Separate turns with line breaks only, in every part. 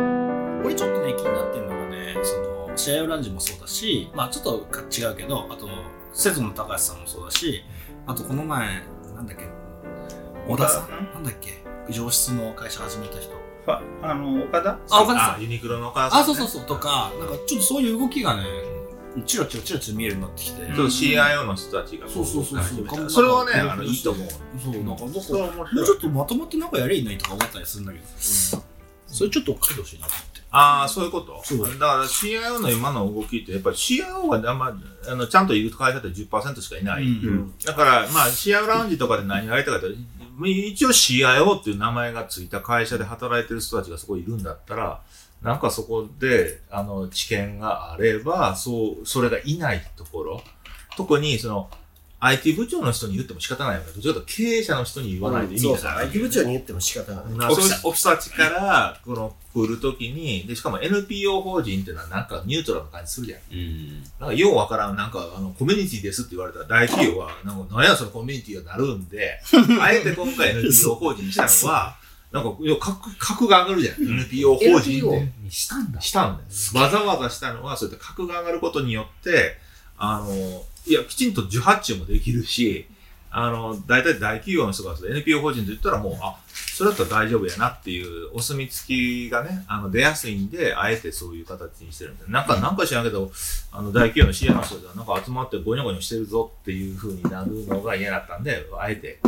俺ちょっとね気になってるのがねその試合をランジもそうだしまあちょっと違うけどあと瀬戸の高橋さんもそうだしあとこの前なんだっけ小田さんなんだっけ上質の会社始めた人
ファあの岡田
あ岡田さん
あユニクロのお母さん、ね、
あそうそうそうとかなんかちょっとそういう動きがねチラチラチラチラ見えるようになってきて、
ちょっと CIO の人たちが
そうそうそうそう
動き始めたそれはねあのいいと思う
そうなんか僕
そう面
も
白
う
い
ちょっとまとまってなんかやれいいのにとか思ったりするんだけど、それちょっと書いてほしいなと思って
ああそういうこと
そう
だから CIO の今の動きってやっぱり CIO があんまあのちゃんといる会社って10%しかいない、
うん
だからまあ CIO ラウンジとかで何がやりたかったら一応 CIO っていう名前がついた会社で働いてる人たちがそこいるんだったらなんかそこであの知見があればそうそれがいないところ特にその IT 部長の人に言っても仕方ないよねどちらかというと経営者の人に言わないと意味
そう
が
そう
ない
IT 部長に言っても仕方がない
オフィスオフィスたちからこの来るときにでしかも NPO 法人っていうのはなんかニュートラルな感じするじゃん
うん
なんかようわからんなんかあのコミュニティですって言われたら大企業はなんか何やそのコミュニティがなるんであえて今回 NPO 法人にしたのはなんか要は格格が上がるじゃん NPO 法人で
NPO にしたんだ
したんだよわざわざしたのはそういった格が上がることによってあのいやきちんと受発注もできるしあの大体大企業の人が NPO 法人と言ったらもうあそれだったら大丈夫やなっていうお墨付きがねあの出やすいんであえてそういう形にしてるんでなんかなんか知らんけどあの大企業の支援の人がなんか集まってゴニョゴニョしてるぞっていう風になるのが嫌だったんであえて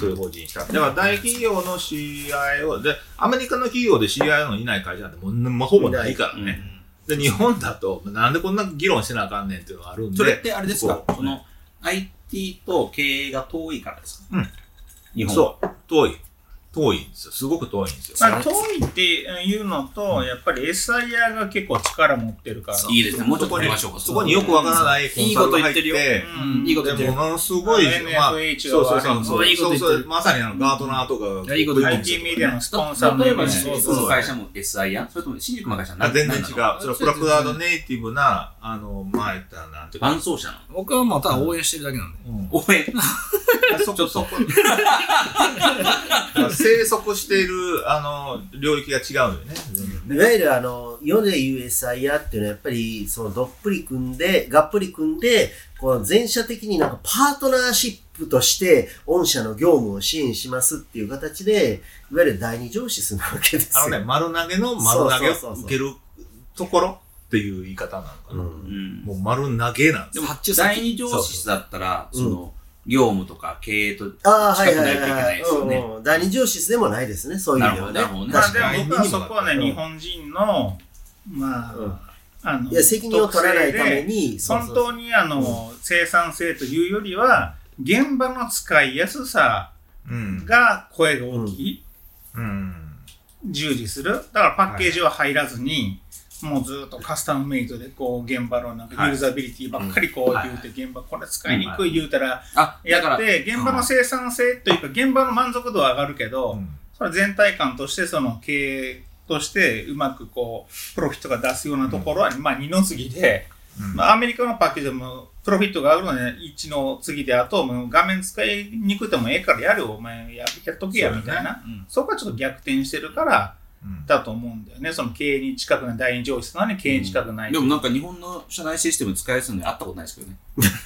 そういう法人にした。だから大企業の CIO で、アメリカの企業で CIO のいない会社なんてもう、まあ、ほぼないからね。で、日本だと、なんでこんな議論してなあかんねんっていうのがあるんで。
それってあれですか
そ
そうの IT と経営が遠いからですか
うん
日本は
そう。遠い。遠いんですよ。すごく遠いんですよ。
まあ、遠いっていうのと、やっぱり SIR が結構力持ってるから、
いいですね。もうちょ
そ
っと
こ
掘
に
りましょうか。
そこによくわからないコンサルが入って、
いいこと言って
うん
いいこと言って
で
る
も。ものすごい、まあ、
NFH
そうそう
が
そうそう
いいこと
そ
言
う
ってる
そう、まさにあのガートナーとかが、
いいこと言ってる
IT メディアのスポンサーの
例えば、
ね
新
そう
宿
そう
の
そう
会社も SI やそれとも新宿の会社は
あ
何
全然違う。
何
それ
なの
はプラクラウドネイティブな、あの、まあ言ったらなんていうか、
伴奏者なの
僕はまあただ応援してるだけなんで、
うん
応援。
そこそこ。 生息している、あの、領域が違うのよね。
いわゆるあの世で言う SIR っていうのはやっぱりそのどっぷり組んでがっぷり組んでこう全社的になんかパートナーシップとして御社の業務を支援しますっていう形でいわゆる第二上司するわけですよ。
あのね、丸投げの丸投げ
そうそう
を
そうそう
受けるところっていう言い方なのか
う
な。
うんん。
もう丸投げなんです
で
よ。
も、第二上司だったら、
そう
そ
そう
の、業務とか経営と、
ああ、はいは
近くない
いはい。
といけないですよね
うんうん第二上司でもないですね、そういう意味ではね。
なるほどなるほどね
確か
まあ、でも僕はそこは
う
ね、
ん
日本人の、まあ、
うん
あの
に。いや、責任を取らないため
特性で
に、そうそう
本当にあの、生産性というよりは、現場の使いやすさ
うん。
が声が大きい。
うん。
従事する。だからパッケージは入らずに、もうずっとカスタムメイトで、こう、現場のなんか
はい
ユーザビリティばっかりこう
うん
言うて、現場これ使いにくい言うたら、
あ、だ
や
か
っ
ら、
て、現場の生産性というか、現場の満足度は上がるけ
う
ど、
ん
それ全体感として、その経営として、うまくこう、プロフィットが出すようなところは、まあ、二の次で、
うん
まあ、アメリカのパッケージでも、プロフィットが上がるのは一の次で、あと、もう画面使いにくてもええからやるよ、お前や、やっとけや、みたいな。そこはちょっと逆転してるから、
うん
だと思うんだよね。その経営に近くない、第二上司なのに経営に近くない。
でもなんか日本の社内システム使いやすいのにあったことないです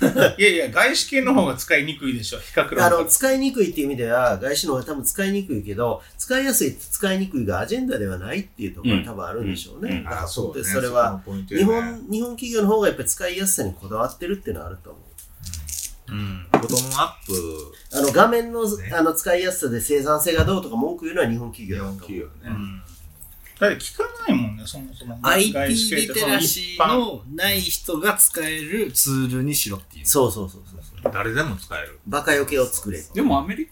けどね。
いやいや、外資系の方が使いにくいでしょ、比較論
あの
か
使いにくいっていう意味では、外資の方が多分使いにくいけど、使いやすい、使いにくいがアジェンダではないっていうところが多分あるんでしょう
うんう
ね。
ん
だから
あ
そう
そ
で
う
す、
ね
それは、
そこのポイントよ
日
ね
本、日本企業の方がやっぱり使いやすさにこだわってるっていうのはあると思う。
うん、
ボトムアップ
あの画面の,、
ね
あの使いやすさで生産性がどうとか文句言うのは日本企
日
業だと
本
思う。
企業
う
ね。
ん、
だって聞かないもんね、そもそも。
IT
外資系
リ
って
テ
そ
ラシーのない人が使えるツールにしろっていう
そうそうそうそうそう。
誰でも使える。
バカよけを作れ。
でもアメリ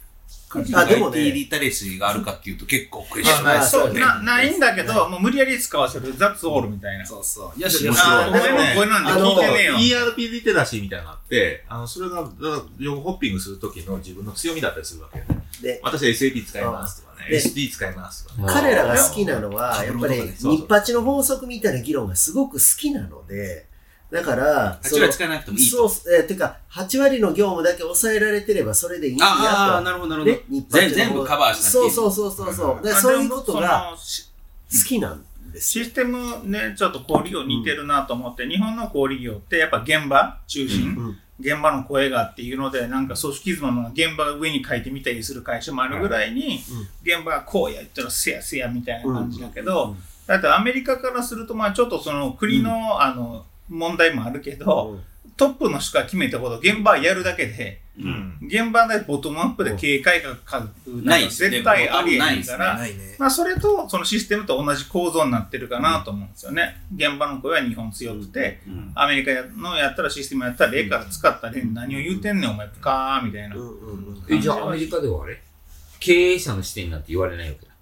カ人
あでも
の
ね
IT リテラシーがあるかっていうと結構クエスチョン
一
マー
般
ク
あ
そう
そうね
な、ないんだけど、もう無理やり使わせる、雑オールみたいな。
そうそうよしよ
面
し
白い
あー俺もこれなんで
あ
聞
の
いてねえよ。
ERP リテラシーみたいなのがあって、あのそれがだから情報ホッピングするときの自分の強みだったりするわけよね。
で、
私 SAP 使いますとかね、
で
SD 使いますとかね。
彼らが好きなのは、やっぱり、
そうそう
日八の法則みたいな議論がすごく好きなので、だから、
8割使えなくてもいいと。
そう、えーてか、8割の業務だけ抑えられてればそれでいいんだと。
ああ、なるほど、なるほ
ね
ど。
日
全
八の
全部カバーしなくてい
そ
いう
そうそうそうそう。だから
あ
そういうこ
で
と、が
もその
好きなんですです。
システムね、ちょっと小売業似てるなと思って、日本の小売業ってやっぱ現場中心、
うんうん
現場の声がっていうので、なんか組織図の現場を上に書いてみたりする会社もあるぐらいに、現場はこうやったらせやせやみたいな感じだけど、
うん
だってアメリカからすると、まあちょっとその国の、あの、問題もあるけど、トップの人が決めたこと、現場やるだけで、
うん。
現場でボトムアップで警戒がかかる
ないですね
絶対ありえないから、
ないね。
まあ、それとそのシステムと同じ構造になってるかなと思うんですよね。現場の声は日本強くて、
うん
アメリカのやったらシステムやったら、例から使った例何を言うてんねん、お前、かーみたいな
う。んうん
えじゃあアメリカではあれ経営者の視点なんて言われないわけだ。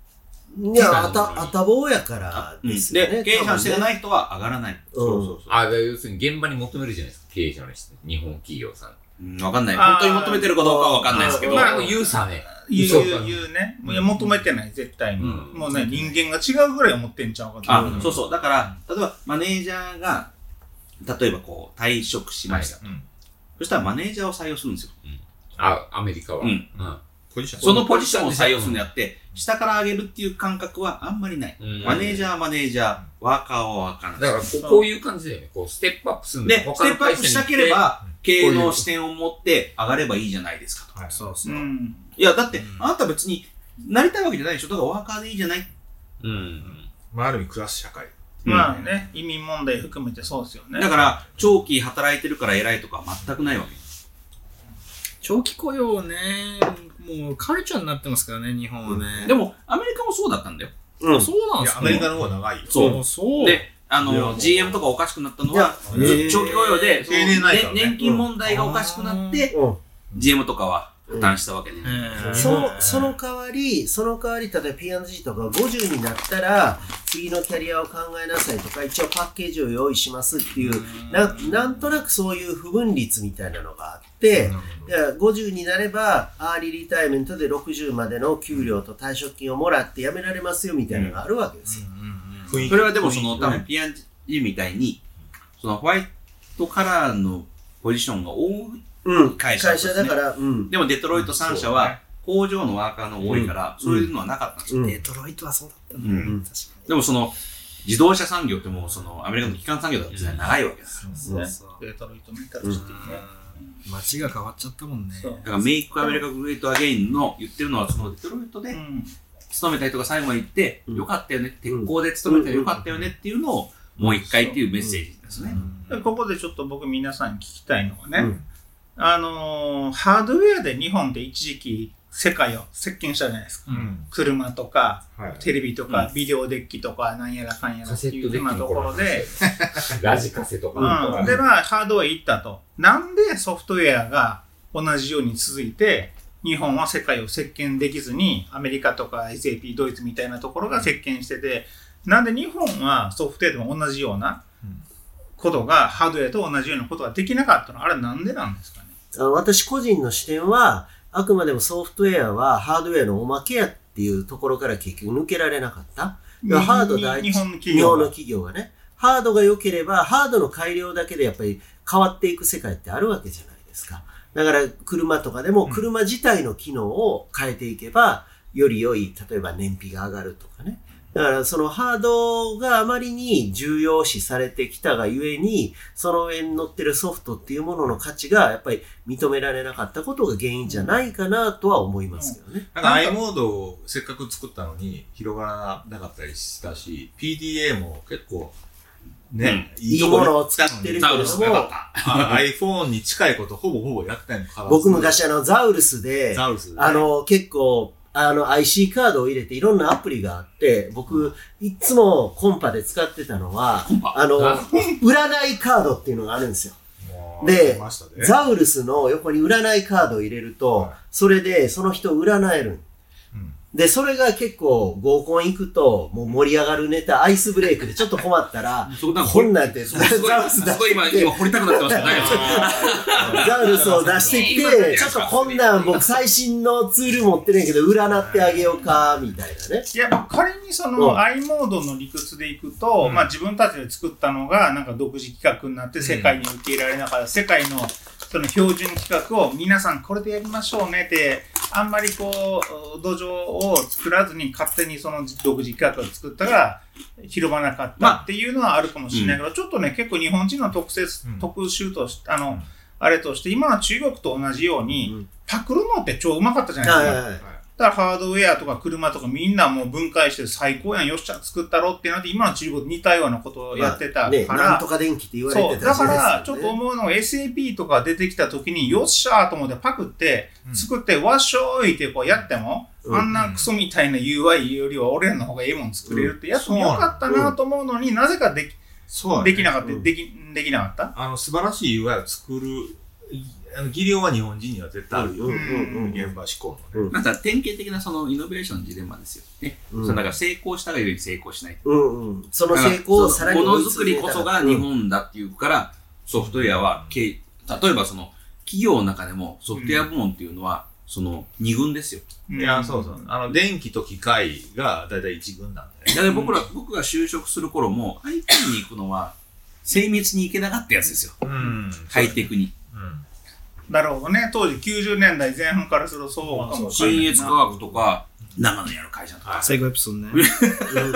うん。いや、あた、あたぼうやから
うん
ですよね。
で、経営者の視点が
い。
ない人は上がらない。
うん。
あだから要するに現場に求めるじゃないですか、経営者の視点。日本企業さん。
うん、わかんない。
あー
本当に求めてるかどうかはわかんないですけど。
まあ、
まあ
ユーサーね。
言
そう
う
か
言うね。いや、求めてない、絶対に。
うん
もうね、人間が違うぐらい思ってんちゃうかと。
あ、そうそう。だから、例えばマネージャーが、例えばこう、退職しました。
うん
そしたらマネージャーを採用するんですよ。
あ、アメリカは。
うん
うん
ポジション
そのポジションを採用するんであって、下から上げるっていう感覚はあんまりない。
うん
マネージャーはマネージャー、ワーカーはワーカーなんで
だ
す
か
よ。
らこう、こういう感じだよね。こう、ステップアップするん
で、
だ
ス
よ
テ
他の
ップアップしたければ、経営
こうい
の
う
視点を持って上がればいいじゃないですかと。
そうそうう。
ん。
いや、だって、あなた別になりたいわけじゃないでしょ。だからワーカーでいいじゃない。
会社に行って。
まあある意味クラス社会
まあね、移民問題含めてそうですよね。
だから、長期働いてるから偉いとかは全くないわけ。
長期雇用ね、もうカルチャーになってますからね、日本はね。
でも、アメリカもそうだったんだよ。
うん。
そうなん
い
で
や
す
ア
ね
メリカの方が長いよ
そう
そうそう。
で、あ
いやも
の、
う
GM とかおかしくなったの
いや
は、
うん
えー
長期雇用で、その
定年ないからね
ね年金問題がおかしくなって、
うん。
GM とかは負担したわけね。
ええ
そのその代わり、その代わり、例えば P&G とか50になったら、次のキャリアを考えなさいとか、一応パッケージを用意しますっていう、ななんとなくそういう不分率みたいなのがあって、いや50になれば、アーリーリタイメントで60までの給料と退職金をもらって辞められますよみたいなのがあるわけですよ。
雰囲気
それはでもその、
雰囲
多分ピアンジみたいに、そのホワイトカラーのポジションが多い。
うん、
会
会
社
社,、
ですね
だから、うん。
でもデトロイト3社は工場のワーカーの多いから、そういうのはなかったんですよ。
うん
デトロイトはそうだった
うんん
だ。確か
でもその、自動車産業ってもうその、アメリカの基幹産業だって時代長いわけです。
に。
そう
そう。
デトロイトメタルシティね。
街が変わっちゃったもんね。
そう
だからメイクアメリカグレートアゲインの言ってるのはそのデトロイト
う
で
ん。
勤めた人が最後まで行って、
うん
よかったよね、鉄鋼で勤めたらよかったよねっていうのをもう一回っていうメッセージですね。
でここでちょっと僕皆さんに聞きたいのはね、
うん
あのーハードウェアで日本で一時期世界を席巻したじゃないですか。
うん
車とか、
はい
テレビとか、ビデオデッキとか、なんやらかんやら
カ
って
セ
い
ット
う
デ
よう
ッ
な
キ
と
の
こ
頃
ろで、
ラジカセとか。
うん、で、まあ、ハードウェア行ったと。なんでソフトウェアが同じように続いて、日本は世界を席巻できずに、アメリカとか SAP、ドイツみたいなところが席巻してて、なんで日本はソフトウェアでも同じような
うん
ことが、ハードウェアと同じようなことができなかったのあれなんでなんですかね。
あの私個人の視点は、あくまでもソフトウェアはハードウェアのおまけやっていうところから結局抜けられなかった。いや
に
ハード第一
に日本の企
日
業
本の
が。
企業がね。ハードが良ければ、ハードの改良だけでやっぱり変わっていく世界ってあるわけじゃないですか。だから車とかでも車自体の機能を変えていけば、より良い、例えば燃費が上がるとかね。だからそのハードがあまりに重要視されてきたがゆえに、その上に乗ってるソフトっていうものの価値がやっぱり認められなかったことが原因じゃないかなとは思いますけどね。
なんか i モードをせっかく作ったのに広がらなかったりしたし、PDA も結構ね、
いいものを使ってるけ
タウ
れ
ル
ど
スが良かっ
も、
た。、
あ iPhone に近いことほぼほぼやってないのかな
僕昔あのザウルスで、
ザウルスで
あの、結構、あの、IC カードを入れていろんなアプリがあって、僕、いつもコンパで使ってたのは、あの、占いカードっていうのがあるんですよ。
もう
で
出ましたね
ザウルスの横に占いカードを入れると
はい、
それでその人を占える。
うん
で、それが結構合コン行くと、もう盛り上がるネタ、アイスブレイクでちょっと困ったら
そこなんか
こんなんて、
す
ザ
ごい、す
ウルス出
ごい今、
して
今掘りたくなってますけど、大丈夫ですか
ザウルスを出してきて、ちょっとこんなん僕最新のツール持ってるんやけど、占ってあげようか、みたいなね。
いや、仮にそ
うん
の i モードの理屈でいくと、まあ自分たちで作ったのがなんか独自企画になって世界に受け入れられながら、世界のその標準企画を皆さんこれでやりましょうねってあんまりこう、土壌を作らずに勝手にその独自企画を作ったから、広まなかったっていうのはあるかもしれないけど、ちょっとね、結構日本人の特性、
うん
特集として、あの、
うん
あれとして、今の中国と同じように、
うん
パクるのって超うまかったじゃない
はい
です
は
か。
いはい。
だからハードウェアとか車とかみんなもう分解して最高やん、よっしゃ、作ったろってなって、今の中国と似たようなことをやってたか
ね、なん
ら
と、か電気って言われ
そ
て
う、
た
だ
時
か
代ですよね
ら、ちょっと思うのが SAP とか出てきた時に、よっしゃーと思ってパクって、作って、わっしょーいってこうやっても、
うん
あんなクソみたいな UI よりは俺らの方がいいもん作れるってやってもよかったなと思うのになぜかでき
そう
できなかった、
うん
でき、できなかった
あの素晴らしい UI を作るいあの技量は日本人には絶対あるよ、
うん
うん
現場志向のね、
うん
なんか典型的なそのイノベーションのジレンマですよね。
うん
そのだから成功したがゆえに成功しない。
うんうん。その成功をさらに
もの
追い
づく
詰
り
めた
こそ
ら
が日本だっていうから、ソフトウェアは経、例えばその企業の中でもソフトウェア部門っていうのは、その二軍ですよ。
うん
いやそうそうあの電気と機械が大体一軍なんだよね
だから僕ら、僕が就職する頃も IT に行くのは精密に行けなかったやつですよ。
うん
ハイテクに。
うん
なるほどね。当時90年代前半からするとそうかもしれない
新
な。
越科学とか、長野にある会社とか
セグエプソンね。
うんうん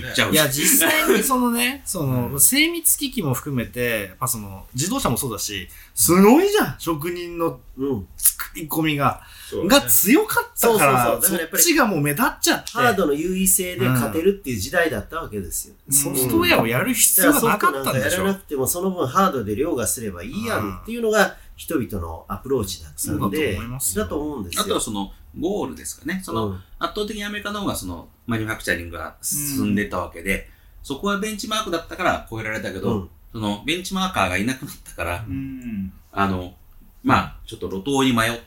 言っちゃう
い
し
や、実際にそのね、その、精密機器も含めて、やっぱその、自動車もそうだし、すごいじゃん職人の
うん
作り込みが。
そう
が
ね
強かったから、
そ
そう
そうそうだからやっぱ
っ
り
ちがもう目立っちゃって、
ハードの優位性で勝てるっていう時代だったわけですよ。
うん
ソフトウェアをやる必要がなかったんでし
だからソフトなんかやらな
ょ。
くてもその分ハードで凌駕すればいいやんっていうのが人々のアプローチだったん
そうだ
で
と思います、よ
だと思うんですよ。
あとはそのゴールですかね。その圧倒的にアメリカの方がそのマニュファクチャリングが進んでたわけで、そこはベンチマークだったから超えられたけ
う
ど、
ん
そのベンチマーカーがいなくなったから、
うん。
あの、まあ、ちょっと路頭に迷って、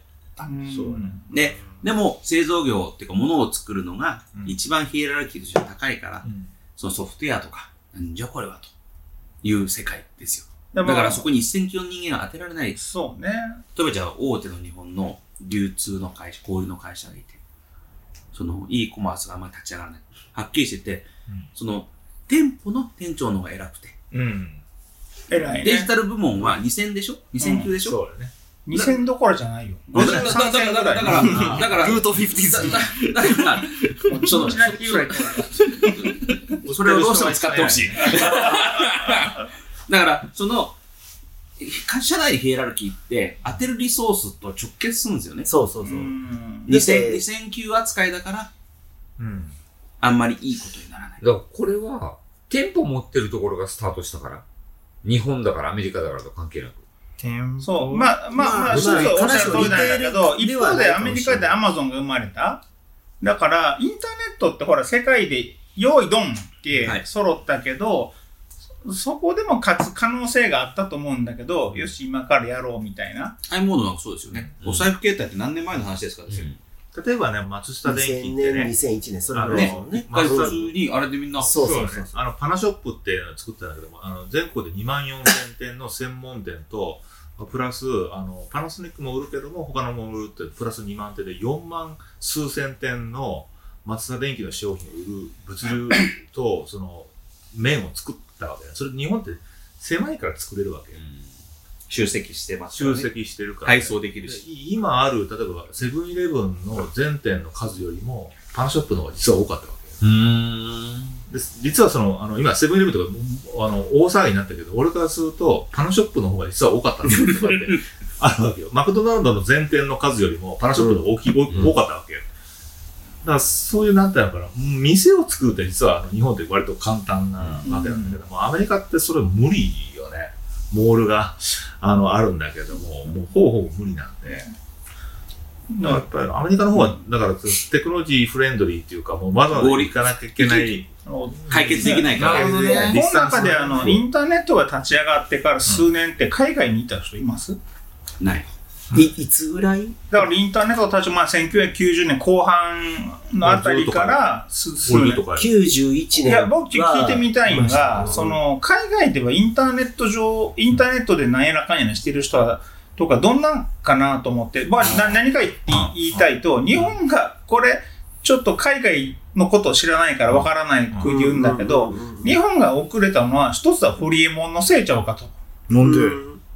そうね
でも製造業っていうか物を作るのが
うん
一番ヒエラルキーとして高いから、
うん
そのソフトウェアとか、なんじゃこれはという世界ですよ。
でも
だからそこに一線級の人間は当てられない。例
そうね。
えばじゃあ大手の日本の流通の会社、小売りの会社がいて、その e コマースがあんまり立ち上がらない。はっきりしてて、
うん
その店舗の店長の方が偉くて、
うん
偉い
デジ
ね。
タル部門は2000でしょ ?2000 級でしょ、
そうだね
2000どころじゃないよ。
だから、だから、だから、だから、だから、だから、
ルート50
だだからその、それをどうしても使ってほしい。だから、その、社内ヒエラルキーって当てるリソースと直結するんですよね。
そうそう
う
そう。
ん。
2000 2000級扱いだから、
うん
あんまりいいことにならない。
からこれは、店舗持ってるところがスタートしたから。日本だからアメリカだからと関係なく。
店
そう。
あ、
まあまあまあ、
まあ
そうそう、おっしゃる通りなんだけど、
リテール
一
では
方
ない
で
か
ア
もしれない
メリカでアマゾンが生まれた。だから、インターネットってほら、世界で用意ドンって
はい
揃ったけど、そそこでも勝つ可能性があったと思うんだけど、よし、今からやろうみたいな。
アイモードなんかそうですよね。
うん
お財布携帯って何年前の話ですからですよ。
例えばね松下電機
2000
って
年、
ね
2001年、それ
あ
ぐ
の
らいですもん
ね
ね。
一回普通にあれでみんな、
そうそう
だ
そう
ね。あの、パナショップっていうのを作ったんだけども、あの、全国で2万4千店の専門店と、プラス、あの、パナソニックも売るけども、他のも売るって、プラス2万店で4万数千店の松田電機の商品を売る物流と、その、面を作ったわけだ。それ日本って狭いから作れるわけ
う。ん集積してますから
集
ね。
積してるから、
配送できるし。
今ある、例えば、セブンイレブンの全店の数よりも、パナショップの方が実は多かったわけ。
うん。
です実はその、あの、今、セブンイレブンとか、あの、大騒ぎになったけど、俺からすると、パナショップの方が実は多かったんだよとか って、あるわけよ。マクドナルドの全店の数よりも、パナショップの方が大きい、
ん
多かったわけよ。だから、そういう、なんていうのかな、店を作るって実は、あの日本って割と簡単なわけなんだけども、アメリカってそれ無理よね。モールが、あの、あるんだけども、もう、ほぼほぼ無理なんで。だからやっぱりアメリカの方は、だからテクノロジーフレンドリーっていうか、もうわざわざ行かなきゃいけない。
解決できないから。
なるほどね
この中であ
う
の
ん
インターネットが立ち上がってから数年って海外にいた人います
ない。
いいつぐらい
だからインターネットが立ち、まあ、1990年後半のあたりから数数
俺
年
と。か
?91 年
いや、僕聞いて
み
みたいの
う
が、
ん
その、海外ではインターネット上、インターネットでなんやらかんやらしてる人は、とか、どんなんかなと思って、まあ、な何か言い言いたいと、日本がこれ、ちょっと海外のことを知らないからわからないく言うんだけど、日本が遅れたのは、一つはホリエモンのせいちゃうかと。
なんで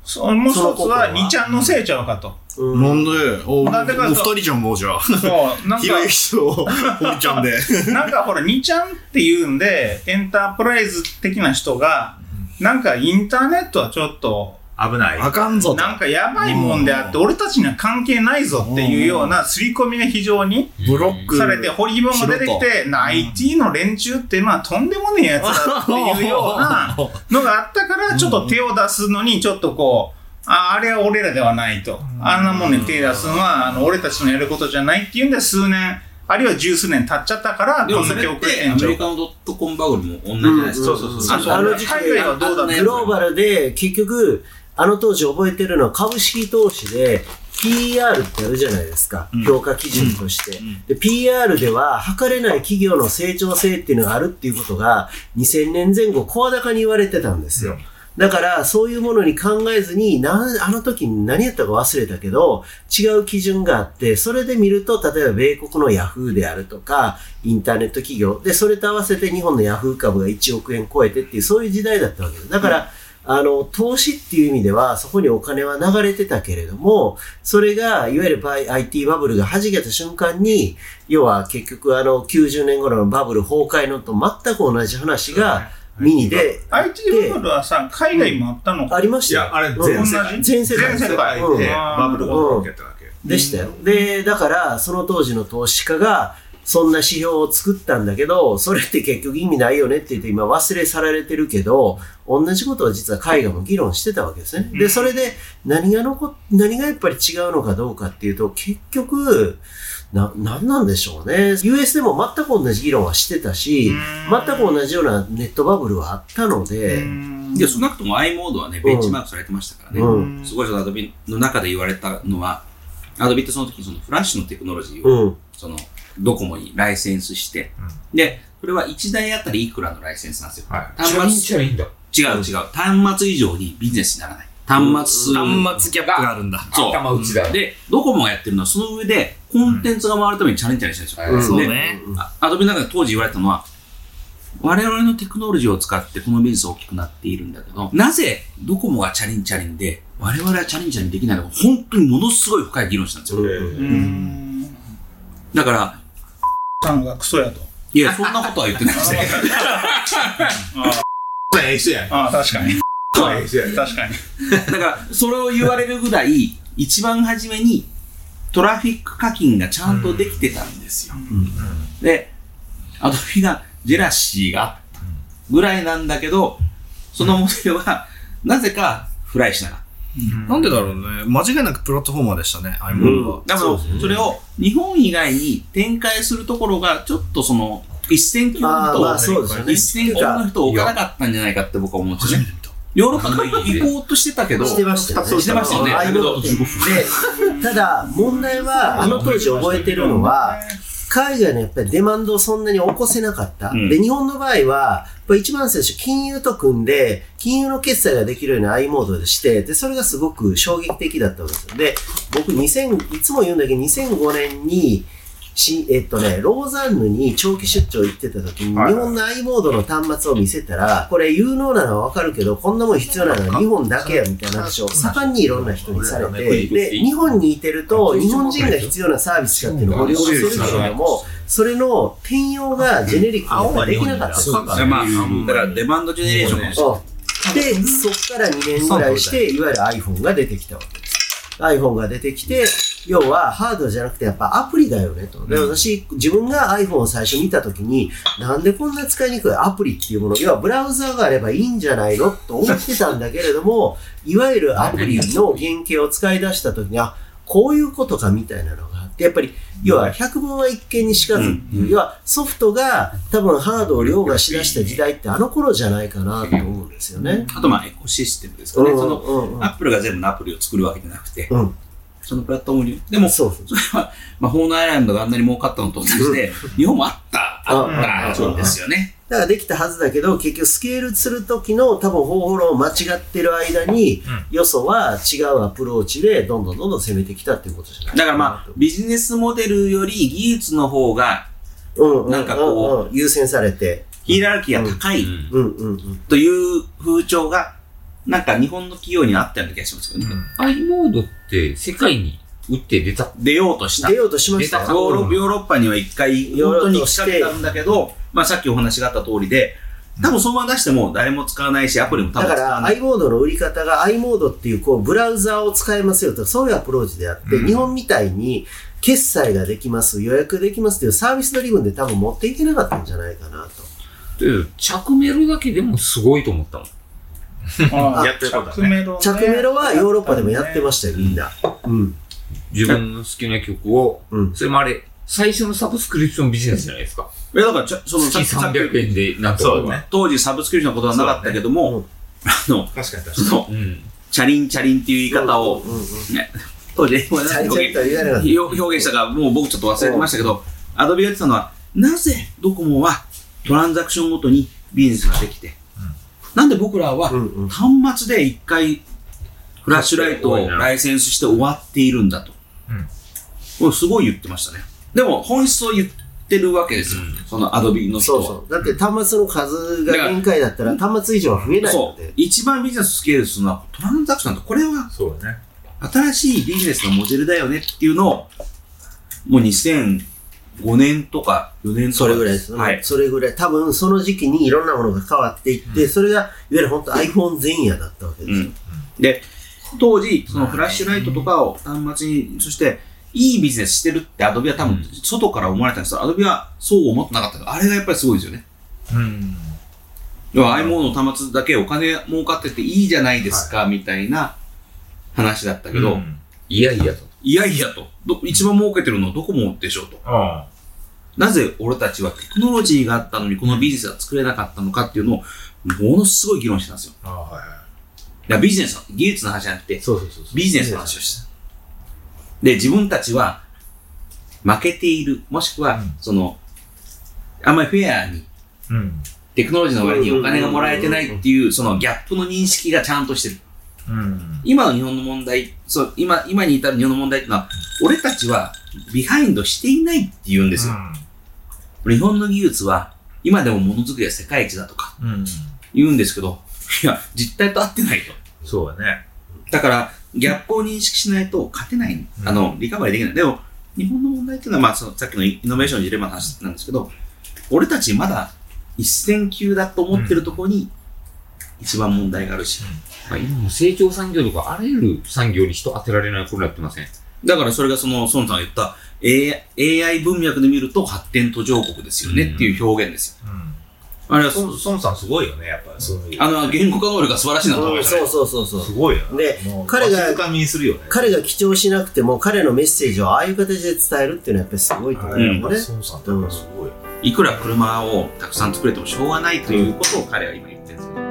そもう一つは、二ちゃんのせいちゃうかと。
うん
なんでおもう
なんでかと
二人じゃん、もうじゃあ。
そう、なん
ひろゆ
か、
き と堀ちゃんで。
なんかほら、2ちゃんっていうんで、エンタープライズ的な人が、なんかインターネットはちょっと、
危ない。
あかんぞと。
なんかやばいもんであって、俺たちには関係ないぞっていうような刷り込みが非常に
ブロック
されて、堀も出てきて、な IT の連中っていうのはとんでもねえやつだっていうようなのがあったから、ちょっと手を出すのに、ちょっとこう、ああれは俺らではないと。あんなもんに手出すのは、あの俺たちのやることじゃないっていうんで、数年、あるいは十数年経っちゃったから、
で
こ
も
ん
そ
だ
れ
け
っ
遅れ
て
て
ア
んじ
メ
ゃん
リ。カのドットコムバブルも同じじゃないですか。
そうそうそうそう。
あ
あの時期
海外はどうだった
グローバルで結局あの当時覚えてるのは株式投資で PR ってあるじゃないですか、
うん
評価基準として、
うんうん
で PR では測れない企業の成長性っていうのがあるっていうことが2000年前後声高に言われてたんですよ、だから、そういうものに考えずに、な、あの時に何やったか忘れたけど、違う基準があって、それで見ると、例えば米国のヤフーであるとか、インターネット企業、で、それと合わせて日本のヤフー株が1億円超えてっていう、そういう時代だったわけです。だから、あの、投資っていう意味では、そこにお金は流れてたけれども、それが、いわゆるバイ IT バブルが弾けた瞬間に、要は結局、あの、90年頃のバブル崩壊のと全く同じ話が、ミニで、
IT バブルはさ、海外もあったのか。
ありまし
い
たよ
や、あれ、
うん
全世界。
全世界
全世界
で
うん
バブルが起きてたわけ。
でしたよ。で、だから、その当時の投資家が、そんな指標を作ったんだけど、それって結局意味ないよねって言って今忘れ去られてるけど、同じことを実は海外も議論してたわけですね。で、それで何が残っ、何がやっぱり違うのかどうかっていうと、結局、な、なんなんでしょうね。US でも全く同じ議論はしてた
う
し、
ん
全く同じようなネットバブルはあったの
う
で、
ん
で、少なくとも i モードはね、ベンチマークされてましたからね。
うん
すごいそのアドビの中で言われたのは、アドビってその時にそのフラッシュのテクノロジーを、
うん、
そのドコモにライセンスして、で、これは1台あたりいくらのライセンスなんですよ。
は
端末、
ゃいいんだ。
違う違う。端末以上にビジネスにならない。端末数。
端末ギャップがあるんだ。
そう。
頭打ちだ。
で、ドコモがやってるのはその上で、コンテンツが回るためにチャレンジャーにしてるん
うん
ですよ。
そう
で
ね。
あアドビの中で当時言われたのは、我々のテクノロジーを使ってこのビジネスは大きくなっているんだけど、なぜドコモがチャリンチャリンで、我々はチャリンチャリンできないのか、本当にものすごい深い議論したんですよ。
うん、
うん。
だから、
さんがクソやと。
いや、そんなことは言ってないですね。
い。ええ人やね。
ああ、確か に。
ええ人やね。
確かに。
だから、それを言われるぐらい、一番初めにトラフィック課金がちゃんとできてたんですよ。で、アドビがジェラシーがあったぐらいなんだけど、そのモデルは、なぜかフライしなかった。
なんでだろうね。間違いなくプラットフォーマーでしたね、アイモンドは。
だからそれを日本以外に展開するところがちょっとその一線級の
あ
人
ー
を、
まあそうですよね
一線級の人を置かなかったんじゃないかって僕は思うんですよね。ヨーロッパに行こうとしてたけど、
してましたよね。
してましたよね。
あ
だ
あい
け
うこ
ど
とで、ただ、問 題は、あの当時覚えてるのは、海外のやっぱりデマンドをそんなに起こせなかった。
うん
で、日本の場合は、やっぱ一番最初、金融と組んで、金融の決済ができるような i モードでして、で、それがすごく衝撃的だったんですよ。で、僕2000、いつも言うんだけど、2005年に、し、えっとね、ローザンヌに長期出張行ってた時に、
はい
日本の i モードの端末を見せたら、これ有能なのはわかるけど、こんなもん必要なのは日本だけや、みたいな話を盛んにいろんな人にされて、で、日本にいてると、日本人が必要なサービスかっていうのをご了承するけれども、それの転用がジェネリックにやっぱりできなかったんですよ。
だからまあ、だからデマンドジェネレーションも
うんで、そっから2年ぐらいして、いわゆる iPhone が出てきたわけです。iPhone が出てきて、要はハードじゃなくてやっぱアプリだよねと。で、私、自分が iPhone を最初見たときに、なんでこんな使いにくいアプリっていうもの、要はブラウザーがあればいいんじゃないのと思ってたんだけれども、 いわゆるアプリの原型を使い出したときに、あ、こういうことかみたいなのがあって、やっぱり、要は百聞は一見にしかず、要はソフトが多分ハードを凌駕しだした時代ってあの頃じゃないかなと思うんですよね。
あとまあエコシステムですかね。その
うんうん
アップルが全部のアプリを作るわけじゃなくて、
うん
そのプラットフォームに。でも、
そうそう
それは、まあ、ホーナアイランドがあんなに儲かったのと同じで、日本もあった、あったんですよね。
だからできたはずだけど、結局スケールする時の多分方法論を間違ってる間に、よそは違うアプローチでどんどんどんどん攻めてきたっていうことじゃない
だからまあ、ビジネスモデルより技術の方が、
うんうん、
なんかこ
うんうん優先されて、
ヒエラルキーが高い
うんうんうん。
という風潮が、なんか日本の企業にはあったような気がしますけどね。
アイモードって世界に打って出た。
出ようとした
出。ようとしました
出
よ
た
ヨーロヨーロッパには一回、
ヨーロ
本
ッパ
当に使ったんだけど、まあさっきお話があった通りで、多分そのまま出しても誰も使わないし、アプリも多
だ
分
か
使わ
ら
ない。
i モードの売り方が i モードっていうこうブラウザーを使えますよとかそういうアプローチであって、
うん
日本みたいに決済ができます予約できますっていうサービスドリブンで多分持っていけなかったんじゃないかなと
着メロだけでもすごいと思ったもん。
あ
やってること
着
ね
メロね
着メロはヨーロッパでもやってましたよみんなうん
自分の好きな曲を、
うん
それもあれ、最初のサブスクリプションビジネスじゃないですか。
いやだからちょ、その
月
さっき
300円でなんとか
そ
は
うね。
当時サブスクリプションのことはなかったけども、あの、
確かに確か
その、
うん。
チャリンチャリンっていう言い方を、
うんうん
ね、当時英語で
ちゃんちゃん
表
と言わなかっ
現表表現したか、もう僕ちょっと忘れてましたけど、アドビが言ってたのは、なぜドコモはトランザクションごとにビジネスができて、なんで僕らは
たうんうん
端末で一回フラッシュライトをライセンスして終わっているんだと。
うん
これすごい言ってましたね。でも本質を言ってるわけですよ。そのアドビの人
そ
は。
うそうだって端末の数が限界だったら端末以上は増えない
そ
の
う
で
一番ビジネスをスケールするのはトランザクションだと。これは
に。そうだね。
新しいビジネスのモデルだよねっていうのを、もう2005年とか4年とか。
それぐらいですね、
はい。
それぐらい多分その時期にいろんなものが変わっていって、それがいわゆる本当 iPhone 前夜だったわけですよ、
うんで、当時、そのフラッシュライトとかを端末に、そして、いいビジネスしてるってアドビは多
う
分
ん、
外から思われたんですけど、アドビはそう思ってなかったからあれがやっぱりすごいですよね。
うん。
要は iPhone の端末だけお金儲かってていいじゃないですか、みたいな話だったけど、
うん。
いやいやと。
いやいやと。ど一番儲けてるのはどこもでしょうと。
あ
なぜ俺たちはテクノロジーがあったのにこのビジネスは作れなかったのかっていうのをものすごい議論してたんですよ。
あ、はいはい
やビジネスの、技術の話じゃなくて
い。、そうそうそうそう。
ビジネスの話をしてた。で、自分たちは負けている、もしくは、
うん
その、あんまりフェアに、
うん。
テクノロジーの割にお金がもらえてないっていう、そのギャップの認識がちゃんとしてる。
うん。
今の日本の問題、そう、今、今に至る日本の問題っていうのは、俺たちはビハインドしていないって言うんですよ。日本の技術は、今でもものづくりは世界一だとか、
うん。うん。
言うんですけど、いや、実態と合ってないと。
そうだね。
だから、ギャップを認識しないと勝てない、
うん
あの、リカバリーできない。でも、日本の問題っていうのは、まあ、そのさっきのイノベーションのジレンマの話なんですけど、俺たちまだ一線級だと思ってるところに、一番問題があるし。
まあ、今も成長産業とか、あらゆる産業に人当てられないことになってません。
だからそれがその、孫さんが言った、AI, AI 文脈で見ると発展途上国ですよねっていう表現ですよ。
うん。
あれは、
孫さんすごいよね、やっぱり。そういう。
あの、言語化能力が素晴らしいなと思いましたね
そうそうそうそう
すごいよね。
で
もう
彼が
わしづかみにするよね。
彼が記帳しなくても彼のメッセージをああいう形で伝えるっていうのはやっぱりすごいと思う
うん
よね、
孫さんってやっぱすごい。
いくら車をたくさん作れてもしょうがないということを彼は今言ってるんですけど。